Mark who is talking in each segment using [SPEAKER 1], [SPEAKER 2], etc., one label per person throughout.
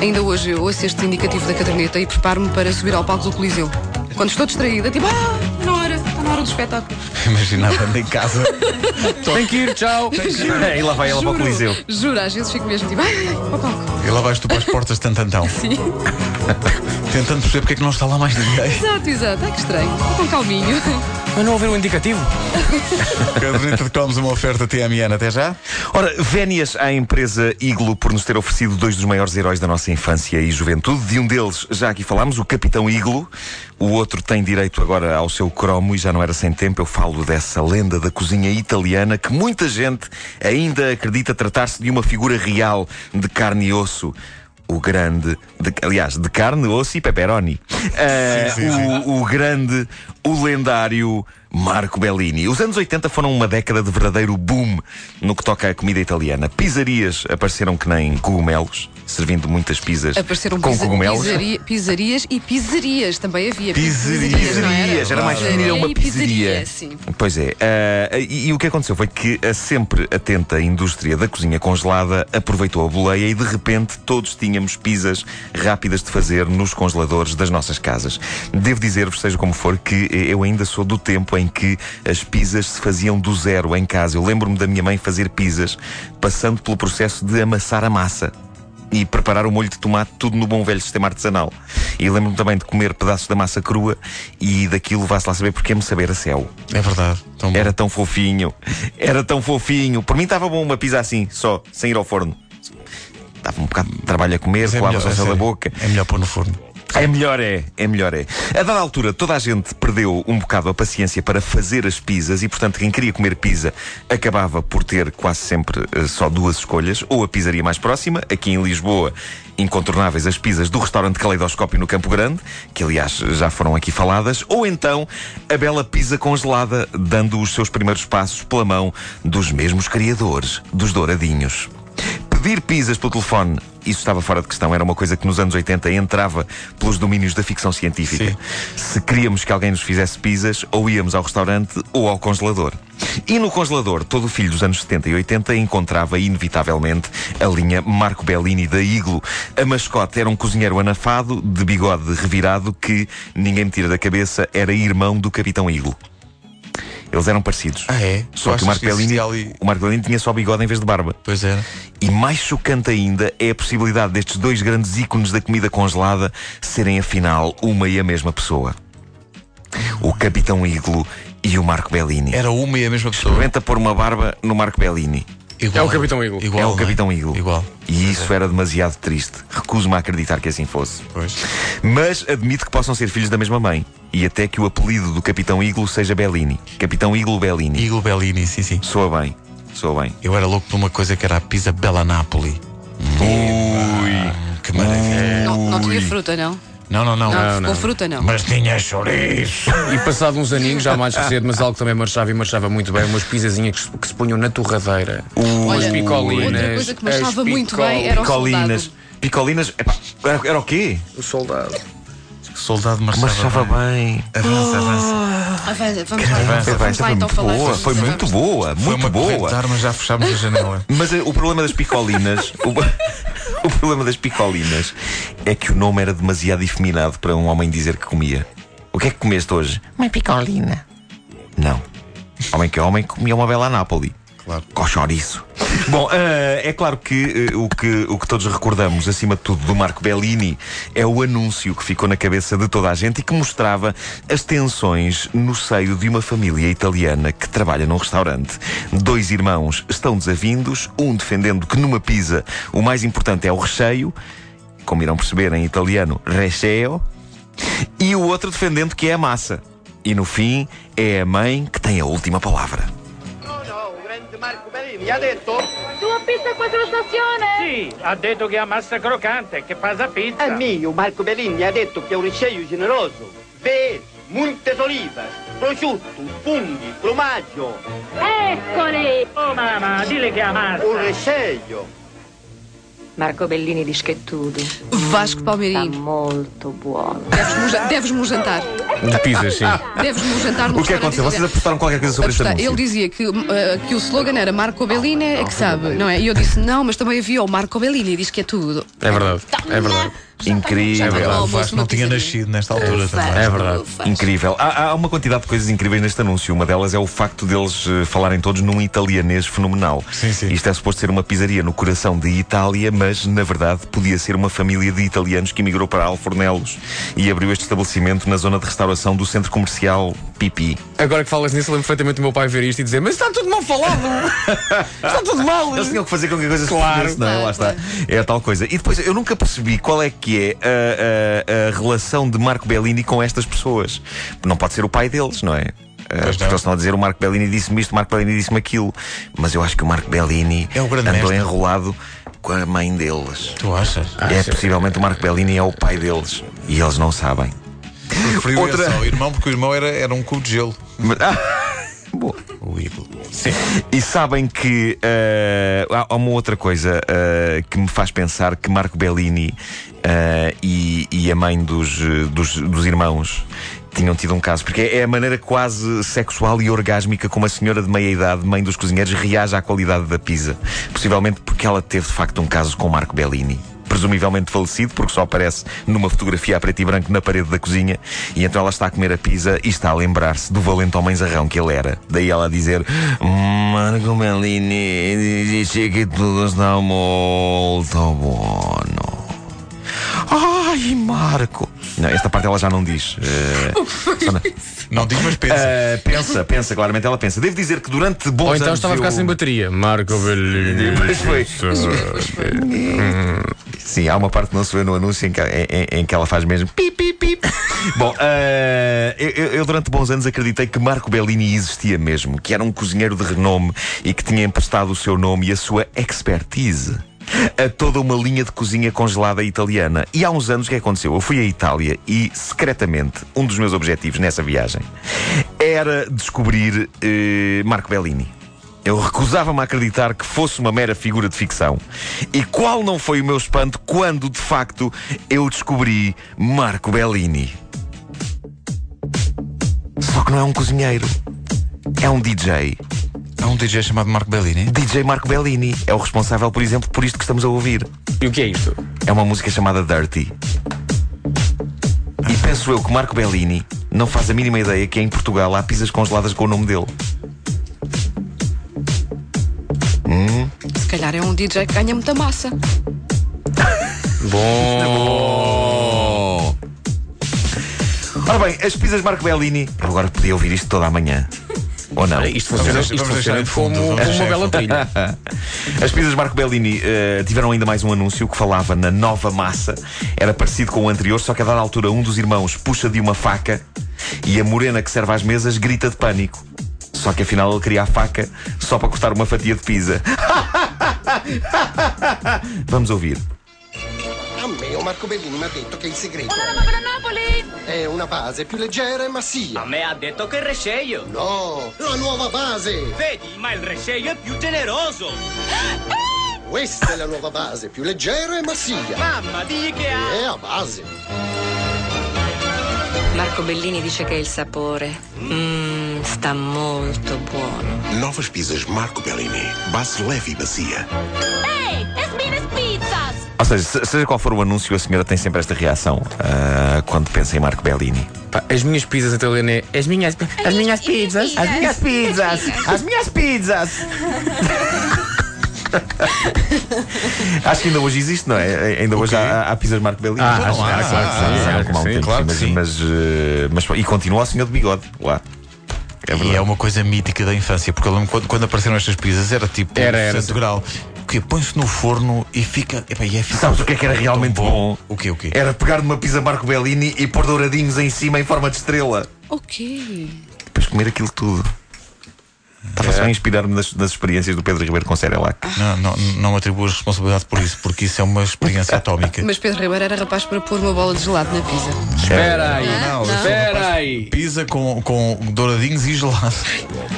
[SPEAKER 1] Ainda hoje eu ouço este indicativo da caderneta e preparo-me para subir ao palco do Coliseu. Quando estou distraída, tipo, ah, está na hora, está na hora do espetáculo.
[SPEAKER 2] Imaginava em casa. Tem que ir, tchau. E lá vai ela para o
[SPEAKER 1] Juro,
[SPEAKER 2] Coliseu.
[SPEAKER 1] Juro, às vezes fico mesmo tipo, ai, ai, ao palco.
[SPEAKER 2] E lá vais tu para as portas de Tantantão.
[SPEAKER 1] Sim,
[SPEAKER 2] Tentando perceber porque é que não está lá mais ninguém.
[SPEAKER 1] exato, exato, ai que estranho, Vou com calminho.
[SPEAKER 3] Mas não haver um indicativo?
[SPEAKER 2] Caderneta de Cromos, uma oferta TMN. Até já.
[SPEAKER 4] Ora, vénias à empresa Iglo por nos ter oferecido dois dos maiores heróis da nossa infância e juventude. De um deles, já aqui falámos, o Capitão Iglo. O outro tem direito agora ao seu cromo e já não era sem tempo. Eu falo dessa lenda da cozinha italiana que muita gente ainda acredita tratar-se de uma figura real de carne e osso. O grande, de- aliás, de carne, osso e pepperoni. Ah,
[SPEAKER 2] Sim, sim, sim.
[SPEAKER 4] o- o grande, o lendário Marco Bellini. Os anos 80 foram uma década de verdadeiro boom no que toca à comida italiana. Pizzarias apareceram que nem cogumelos, servindo muitas pizzas
[SPEAKER 1] Apareceram
[SPEAKER 4] com
[SPEAKER 1] pizza-
[SPEAKER 4] cogumelos.
[SPEAKER 1] pizzaria- pizzarias e pizzarias também havia.
[SPEAKER 2] Pizzarias.
[SPEAKER 4] Pizzarias, era mais família uma
[SPEAKER 1] e
[SPEAKER 4] pizzeria.
[SPEAKER 1] sim.
[SPEAKER 4] Pois é. ah, e, e o que aconteceu foi que a sempre atenta indústria da cozinha congelada aproveitou a boleia e de repente todos tínhamos pizzas rápidas de fazer nos congeladores das nossas casas. Devo dizer-vos, seja como for, que eu ainda sou do tempo em que as pizzas se faziam do zero em casa. Eu lembro-me da minha mãe fazer pizzas passando pelo processo de amassar a massa e preparar o molho de tomate, tudo no bom velho sistema artesanal. E lembro-me também de comer pedaços da massa crua e daquilo vá-se lá saber porque me saber a céu.
[SPEAKER 2] É verdade. Tão bom.
[SPEAKER 4] Era tão fofinho, era tão fofinho. Por mim estava bom uma pizza assim, só, sem ir ao forno. Dava um bocado de trabalho a comer,
[SPEAKER 2] Mas é
[SPEAKER 4] colava
[SPEAKER 2] melhor,
[SPEAKER 4] a
[SPEAKER 2] é
[SPEAKER 4] da
[SPEAKER 2] sério.
[SPEAKER 4] boca.
[SPEAKER 2] É melhor pôr no forno.
[SPEAKER 4] É melhor é, é melhor é. A dada altura, toda a gente perdeu um bocado a paciência para fazer as pizzas e, portanto, quem queria comer pizza acabava por ter quase sempre eh, só duas escolhas. Ou a pizzaria mais próxima, aqui em Lisboa, incontornáveis as pizzas do restaurante Caleidoscópio no Campo Grande, que aliás já foram aqui faladas, ou então a bela pizza congelada, dando os seus primeiros passos pela mão dos mesmos criadores, dos douradinhos. Pedir pizzas pelo telefone, isso estava fora de questão. Era uma coisa que nos anos 80 entrava pelos domínios da ficção científica. Se queríamos que alguém nos fizesse pizzas, ou íamos ao restaurante ou ao congelador. E no congelador, todo o filho dos anos 70 e 80 encontrava, inevitavelmente, a linha Marco Bellini da Iglo. A mascote era um cozinheiro anafado, de bigode revirado, que, ninguém me tira da cabeça, era irmão do Capitão Iglo. Eles eram parecidos.
[SPEAKER 2] Ah, é?
[SPEAKER 4] Só
[SPEAKER 2] Tu achas
[SPEAKER 4] que o Marco
[SPEAKER 2] que existia
[SPEAKER 4] Bellini,
[SPEAKER 2] ali-
[SPEAKER 4] o Marco Bellini tinha só bigode em vez de barba.
[SPEAKER 2] Pois era.
[SPEAKER 4] E mais chocante ainda é a possibilidade destes dois grandes ícones da comida congelada serem afinal uma e a mesma pessoa. O Capitão Iglo e o Marco Bellini.
[SPEAKER 2] Era uma e a mesma pessoa.
[SPEAKER 4] Tenta pôr uma barba no Marco Bellini.
[SPEAKER 2] Igual,
[SPEAKER 3] É o Capitão Iglo.
[SPEAKER 2] Igual,
[SPEAKER 4] é o
[SPEAKER 2] não
[SPEAKER 4] Capitão Iglo.
[SPEAKER 2] Igual.
[SPEAKER 4] E isso era demasiado triste. Recuso-me a acreditar que assim fosse.
[SPEAKER 2] Pois.
[SPEAKER 4] Mas admito que possam ser filhos da mesma mãe. E até que o apelido do Capitão Iglo seja Bellini. Capitão Iglo Bellini.
[SPEAKER 2] Iglo Bellini, sim, sim.
[SPEAKER 4] Soa bem. Soa bem.
[SPEAKER 2] Eu era louco por uma coisa que era a pizza Bella Napoli. Ui. Que maravilha.
[SPEAKER 1] Não, não tinha
[SPEAKER 4] Ui.
[SPEAKER 1] fruta, não?
[SPEAKER 2] Não, não, não.
[SPEAKER 1] É. Não, com fruta não.
[SPEAKER 2] Mas tinha chouriço.
[SPEAKER 3] E passado uns aninhos, já mais cedo, mas algo que também marchava e marchava muito bem, umas pizzazinhas que se, que se punham na torradeira. umas
[SPEAKER 1] Olha,
[SPEAKER 3] picolinas.
[SPEAKER 1] outra coisa que
[SPEAKER 3] as
[SPEAKER 1] marchava muito bem
[SPEAKER 3] picol-
[SPEAKER 1] era o
[SPEAKER 4] Picolinas.
[SPEAKER 1] soldado.
[SPEAKER 4] Picolinas. Epá, era- era o quê?
[SPEAKER 3] O soldado.
[SPEAKER 2] Soldado marchava,
[SPEAKER 4] Marchava
[SPEAKER 2] bem.
[SPEAKER 4] bem.
[SPEAKER 2] Avança, avança.
[SPEAKER 1] Ah, vai, vamos lá, então,
[SPEAKER 2] avança,
[SPEAKER 1] vamos
[SPEAKER 4] Essa
[SPEAKER 1] lá
[SPEAKER 4] foi
[SPEAKER 1] então
[SPEAKER 4] muito
[SPEAKER 1] falar
[SPEAKER 4] boa,
[SPEAKER 1] disso,
[SPEAKER 4] foi
[SPEAKER 1] vamos
[SPEAKER 4] muito boa,
[SPEAKER 2] Foi
[SPEAKER 4] muito
[SPEAKER 2] uma
[SPEAKER 4] boa.
[SPEAKER 2] corrente, mas já fechámos a janela.
[SPEAKER 4] Mas eh, o problema das picolinas. o, o problema das picolinas é que o nome era demasiado efeminado para um homem dizer que comia. O que é que comeste hoje? Uma picolina. Não. Homem que é homem comia uma bela Nápoli.
[SPEAKER 2] Claro.
[SPEAKER 4] Com chouriço. Bom, eh, é claro que, eh, o que o que todos recordamos, acima de tudo, do Marco Bellini, é o anúncio que ficou na cabeça de toda a gente e que mostrava as tensões no seio de uma família italiana que trabalha num restaurante. Dois irmãos estão desavindos, um defendendo que numa pizza o mais importante é o recheio, como irão perceber em italiano, recheio, e o outro defendendo que é a massa. E no fim, é a mãe que tem a última palavra.
[SPEAKER 5] No, no, Oh, un grande Marco Bellini ha detto...
[SPEAKER 6] Sua pizza quattro stazione?
[SPEAKER 7] Sì, ha detto che ammazza croccante, che passa pizza.
[SPEAKER 5] È mio, Marco Bellini ha detto che è un riceio generoso. Vese, multe olivas, prosciutto, funghi, formaggio,
[SPEAKER 6] Eccoli!
[SPEAKER 7] Oh mamma, dile che ammazza.
[SPEAKER 5] un riceio.
[SPEAKER 8] Marco Bellini di Schettudi
[SPEAKER 1] Vasco
[SPEAKER 8] sta
[SPEAKER 4] Tá
[SPEAKER 1] Palmeirinho,
[SPEAKER 8] molto buono.
[SPEAKER 1] deves-me deves jantar.
[SPEAKER 3] De pizzas, sim. É
[SPEAKER 1] Deves-me o jantar no
[SPEAKER 4] O que aconteceu? Vocês
[SPEAKER 1] restaurante
[SPEAKER 4] apostaram qualquer coisa sobre este
[SPEAKER 1] italiano. Apostei.
[SPEAKER 4] anúncio?
[SPEAKER 1] Ele dizia que, eh, que o slogan era Marco Bellini é
[SPEAKER 4] Ah,
[SPEAKER 1] que sabe, não é? E eu disse, não, mas também havia o Marco Bellini, diz que é tudo.
[SPEAKER 3] É verdade. É verdade.
[SPEAKER 4] Incrível.
[SPEAKER 1] Já está bom
[SPEAKER 2] Ela
[SPEAKER 1] almoço,
[SPEAKER 2] faz,
[SPEAKER 1] uma
[SPEAKER 2] um não tinha
[SPEAKER 1] pizzaria.
[SPEAKER 2] nascido nesta altura também.
[SPEAKER 3] É verdade.
[SPEAKER 4] Incrível. Há, há uma quantidade de coisas incríveis neste anúncio. Uma delas é o facto deles eh, falarem todos num italianês fenomenal.
[SPEAKER 2] Sim, sim.
[SPEAKER 4] Isto é suposto ser uma pizzaria no coração de Itália, mas na verdade podia ser uma família de italianos que emigrou para Alfornelos e abriu este estabelecimento na zona de restauração do centro comercial Pipi.
[SPEAKER 3] Agora que falas nisso, lembro perfeitamente do meu pai ver isto e dizer: Mas está tudo mal falado! está tudo mal!
[SPEAKER 4] Eles tinham que fazer qualquer coisa
[SPEAKER 3] Claro.
[SPEAKER 4] claro, não é? Lá está. É a tal coisa. E depois, eu nunca percebi qual é que é a, a- a relação de Marco Bellini com estas pessoas. Não pode ser o pai deles, não é? Ah, Porque
[SPEAKER 2] não.
[SPEAKER 4] eles estão a dizer o Marco Bellini disse-me isto, o Marco Bellini disse-me aquilo. Mas eu acho que o Marco Bellini
[SPEAKER 2] É um grande
[SPEAKER 4] andou
[SPEAKER 2] mestre. Ah,
[SPEAKER 4] enrolado com a mãe deles.
[SPEAKER 2] Tu achas?
[SPEAKER 4] é possivelmente o Marco Bellini é o pai deles. E eles não sabem.
[SPEAKER 2] Preferiu
[SPEAKER 4] Outra-
[SPEAKER 2] essa ao irmão, porque é o irmão era, era um cubo de gelo.
[SPEAKER 4] Mas- Ah, boa.
[SPEAKER 2] O ídolo.
[SPEAKER 4] E sabem que eh, há- há uma outra coisa eh, que me faz pensar que Marco Bellini eh, e, e a mãe dos, eh, dos, dos irmãos tinham tido um caso, porque é a maneira quase sexual e orgásmica como a senhora de meia idade, mãe dos cozinheiros, reage à qualidade da pizza. Possivelmente porque ela teve de facto um caso com Marco Bellini. Presumivelmente falecido, porque só aparece numa fotografia a preto e branco na parede da cozinha. E então ela está a comer a pizza e está a lembrar-se do valente homenzarrão que ele era. Daí ela a dizer: Marco Bellini dice que tudo está muito bom. Ai, Marco! Não, esta parte ela já não diz. Eh, só na-
[SPEAKER 2] Não diz, mas pensa.
[SPEAKER 4] Eh, pensa, pensa, claramente ela pensa. Devo dizer que durante bons
[SPEAKER 3] Ou então
[SPEAKER 4] anos
[SPEAKER 3] estava a ficar
[SPEAKER 4] eu-
[SPEAKER 3] sem bateria. Marco Bellini.
[SPEAKER 4] Mas foi. Sim, há uma parte que não se vê no anúncio em que, em- em- em que ela faz mesmo pi, pi, pi. Bom, eh, eu- eu, eu durante bons anos acreditei que Marco Bellini existia mesmo, que era um cozinheiro de renome e que tinha emprestado o seu nome e a sua expertise a toda uma linha de cozinha congelada italiana. E há uns anos o que aconteceu? Eu fui à Itália e, secretamente, um dos meus objetivos nessa viagem era descobrir eh, Marco Bellini. Eu recusava-me a acreditar que fosse uma mera figura de ficção. E qual não foi o meu espanto quando, de facto, eu descobri Marco Bellini? Só que não é um cozinheiro. É um DJ.
[SPEAKER 2] Há um DJ chamado Marco Bellini.
[SPEAKER 4] DJ Marco Bellini é o responsável, por exemplo, por isto que estamos a ouvir.
[SPEAKER 3] E o que é isto?
[SPEAKER 4] É uma música chamada Dirty. E penso eu que Marco Bellini não faz a mínima ideia que em Portugal há pizzas congeladas com o nome dele.
[SPEAKER 1] Se calhar é um DJ que ganha muita massa.
[SPEAKER 4] Ora bem, as pizzas Marco Bellini. Eu agora podia ouvir isto toda a manhã. Ou não?
[SPEAKER 3] Isto funciona,
[SPEAKER 2] Vamos
[SPEAKER 3] isto
[SPEAKER 2] deixar
[SPEAKER 3] funciona
[SPEAKER 2] de fundo,
[SPEAKER 3] como,
[SPEAKER 2] vamos
[SPEAKER 3] como
[SPEAKER 2] deixar
[SPEAKER 3] uma
[SPEAKER 2] de
[SPEAKER 3] bela trilha.
[SPEAKER 4] As pizzas Marco Bellini eh, tiveram ainda mais um anúncio que falava na nova massa. Era parecido com o anterior, só que a dada altura um dos irmãos puxa de uma faca e a morena que serve às mesas grita de pânico. Só que afinal ele queria a faca só para cortar uma fatia de pizza. Vamos ouvir.
[SPEAKER 9] A me o Marco Bellini mi ha detto che il segreto
[SPEAKER 6] Una Napoli a Napoli!
[SPEAKER 9] è una base più leggera e
[SPEAKER 7] A
[SPEAKER 9] massia.
[SPEAKER 7] me ha detto che il resceio.
[SPEAKER 9] No, la nuova base!
[SPEAKER 7] Vedi, ma il resceio è più generoso.
[SPEAKER 9] Questa è la nuova base, più leggera e massia.
[SPEAKER 7] Mamma, digli che ha...
[SPEAKER 9] È a base.
[SPEAKER 8] Marco Bellini dice che è il sapore. Mmm, sta molto buono.
[SPEAKER 10] Novas pizzas Marco Bellini. Base leve e macia.
[SPEAKER 6] Ehi, es minus pizzas!
[SPEAKER 4] Ou seja, se- seja qual for o anúncio, a senhora tem sempre esta reação ah, quando pensa em Marco Bellini.
[SPEAKER 3] Pá, as minhas pizzas italianas. é- As minhas. As minhas pizzas.
[SPEAKER 4] As minhas pizzas! As minhas pizzas! Acho que ainda hoje existe, não é? Ainda hoje há, há pizzas Marco Bellini.
[SPEAKER 3] Ah,
[SPEAKER 4] Não,
[SPEAKER 3] acho que
[SPEAKER 4] há,
[SPEAKER 3] há, claro que
[SPEAKER 4] há,
[SPEAKER 3] sim,
[SPEAKER 4] há,
[SPEAKER 3] claro
[SPEAKER 4] há,
[SPEAKER 3] que
[SPEAKER 4] como há um
[SPEAKER 3] sim,
[SPEAKER 4] tempo,
[SPEAKER 2] claro que
[SPEAKER 4] mas-
[SPEAKER 2] sim.
[SPEAKER 4] mas, eh, mas- E continua o senhor de bigode lá. É
[SPEAKER 2] e é
[SPEAKER 4] verdade.
[SPEAKER 2] uma coisa mítica da infância, porque eu lembro quando, quando apareceram estas pizzas era tipo
[SPEAKER 3] Era, era,
[SPEAKER 2] santo grau. Que põe-se no forno e fica. Epá, e é fixe.
[SPEAKER 4] Sabes o que é que era realmente
[SPEAKER 2] Tão
[SPEAKER 4] bom?
[SPEAKER 2] O quê, o quê?
[SPEAKER 4] Era pegar numa pizza Marco Bellini e pôr douradinhos em cima em forma de estrela.
[SPEAKER 1] Ok.
[SPEAKER 4] Depois comer aquilo tudo. Estava só a inspirar-me nas, nas experiências do Pedro Ribeiro com Cerelac.
[SPEAKER 2] Não, não, não me atribuo a responsabilidade por isso, porque isso é uma experiência atómica.
[SPEAKER 1] Mas Pedro Ribeiro era rapaz para pôr uma bola de gelado na pizza.
[SPEAKER 3] Espera aí.
[SPEAKER 2] Não, eu sou
[SPEAKER 3] Espera
[SPEAKER 2] capaz-
[SPEAKER 3] aí.
[SPEAKER 2] Pizza com, com douradinhos e gelado.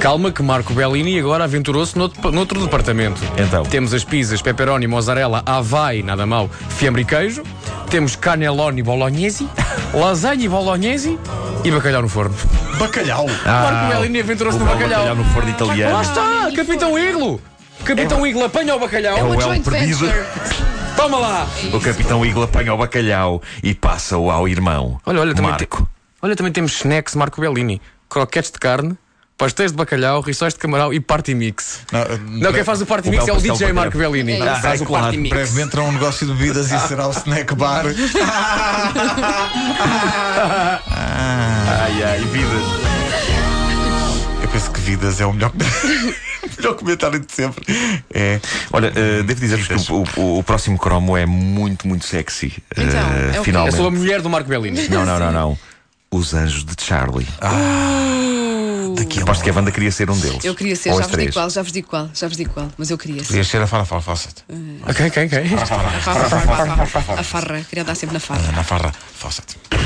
[SPEAKER 3] Calma que Marco Bellini agora aventurou-se noutro, noutro departamento.
[SPEAKER 4] Então.
[SPEAKER 3] Temos as pizzas, pepperoni, mozzarella, Havaí, nada mau, fiambre e queijo. Temos cannelloni bolognese, lasanha e bolognese, E bacalhau no forno.
[SPEAKER 2] Bacalhau.
[SPEAKER 3] Marco Bellini aventurou-se no bacalhau.
[SPEAKER 4] é Bacalhau no forno italiano.
[SPEAKER 3] Lá está! Capitão Iglo! Capitão Iglo apanha o bacalhau.
[SPEAKER 4] É o
[SPEAKER 1] Uma
[SPEAKER 4] El
[SPEAKER 1] joint
[SPEAKER 4] perdido.
[SPEAKER 1] venture.
[SPEAKER 3] Toma lá!
[SPEAKER 4] O Capitão Eagle apanha o bacalhau e passa-o ao irmão.
[SPEAKER 3] Olha, olha, também, te-
[SPEAKER 4] Marco.
[SPEAKER 3] olha, também temos snacks Marco Bellini, croquetes de carne, pastéis de bacalhau, rissóis de camarão e party mix.
[SPEAKER 2] Não,
[SPEAKER 3] Não, quem faz o party
[SPEAKER 4] o
[SPEAKER 3] mix é
[SPEAKER 4] belo
[SPEAKER 3] o
[SPEAKER 4] pastel
[SPEAKER 3] DJ
[SPEAKER 4] de
[SPEAKER 3] Marco
[SPEAKER 4] bacalhau.
[SPEAKER 3] Bellini.
[SPEAKER 1] É
[SPEAKER 2] Faz
[SPEAKER 4] Ah,
[SPEAKER 2] o
[SPEAKER 4] claro.
[SPEAKER 2] party mix. Breve entra um negócio de bebidas e será o snack bar.
[SPEAKER 4] Ai, ai, vidas.
[SPEAKER 2] Eu penso que vidas é o melhor, o melhor comentário de sempre. É.
[SPEAKER 4] Olha, eh, devo dizer-vos que o, o- o próximo cromo é muito, muito sexy. Eh,
[SPEAKER 1] Então, é o quê?
[SPEAKER 3] Eu
[SPEAKER 4] finalmente.
[SPEAKER 3] sou a mulher do Marco Bellini.
[SPEAKER 4] Não, não, não, não. Os anjos de Charlie.
[SPEAKER 2] Daquilo.
[SPEAKER 4] Aposto que a Wanda queria ser um deles.
[SPEAKER 1] Ah. Eu queria ser, tipo,
[SPEAKER 4] Ou
[SPEAKER 1] já
[SPEAKER 4] as
[SPEAKER 1] vos digo
[SPEAKER 4] três.
[SPEAKER 1] qual, já vos digo qual, já vos digo qual, mas eu queria ser.
[SPEAKER 2] Podias ser a Fala Fala Fawcett.
[SPEAKER 3] Ok, ok, ok.
[SPEAKER 1] A farra, a farra, a farra, a farra, queria andar sempre na farra.
[SPEAKER 2] Na farra Fawcett.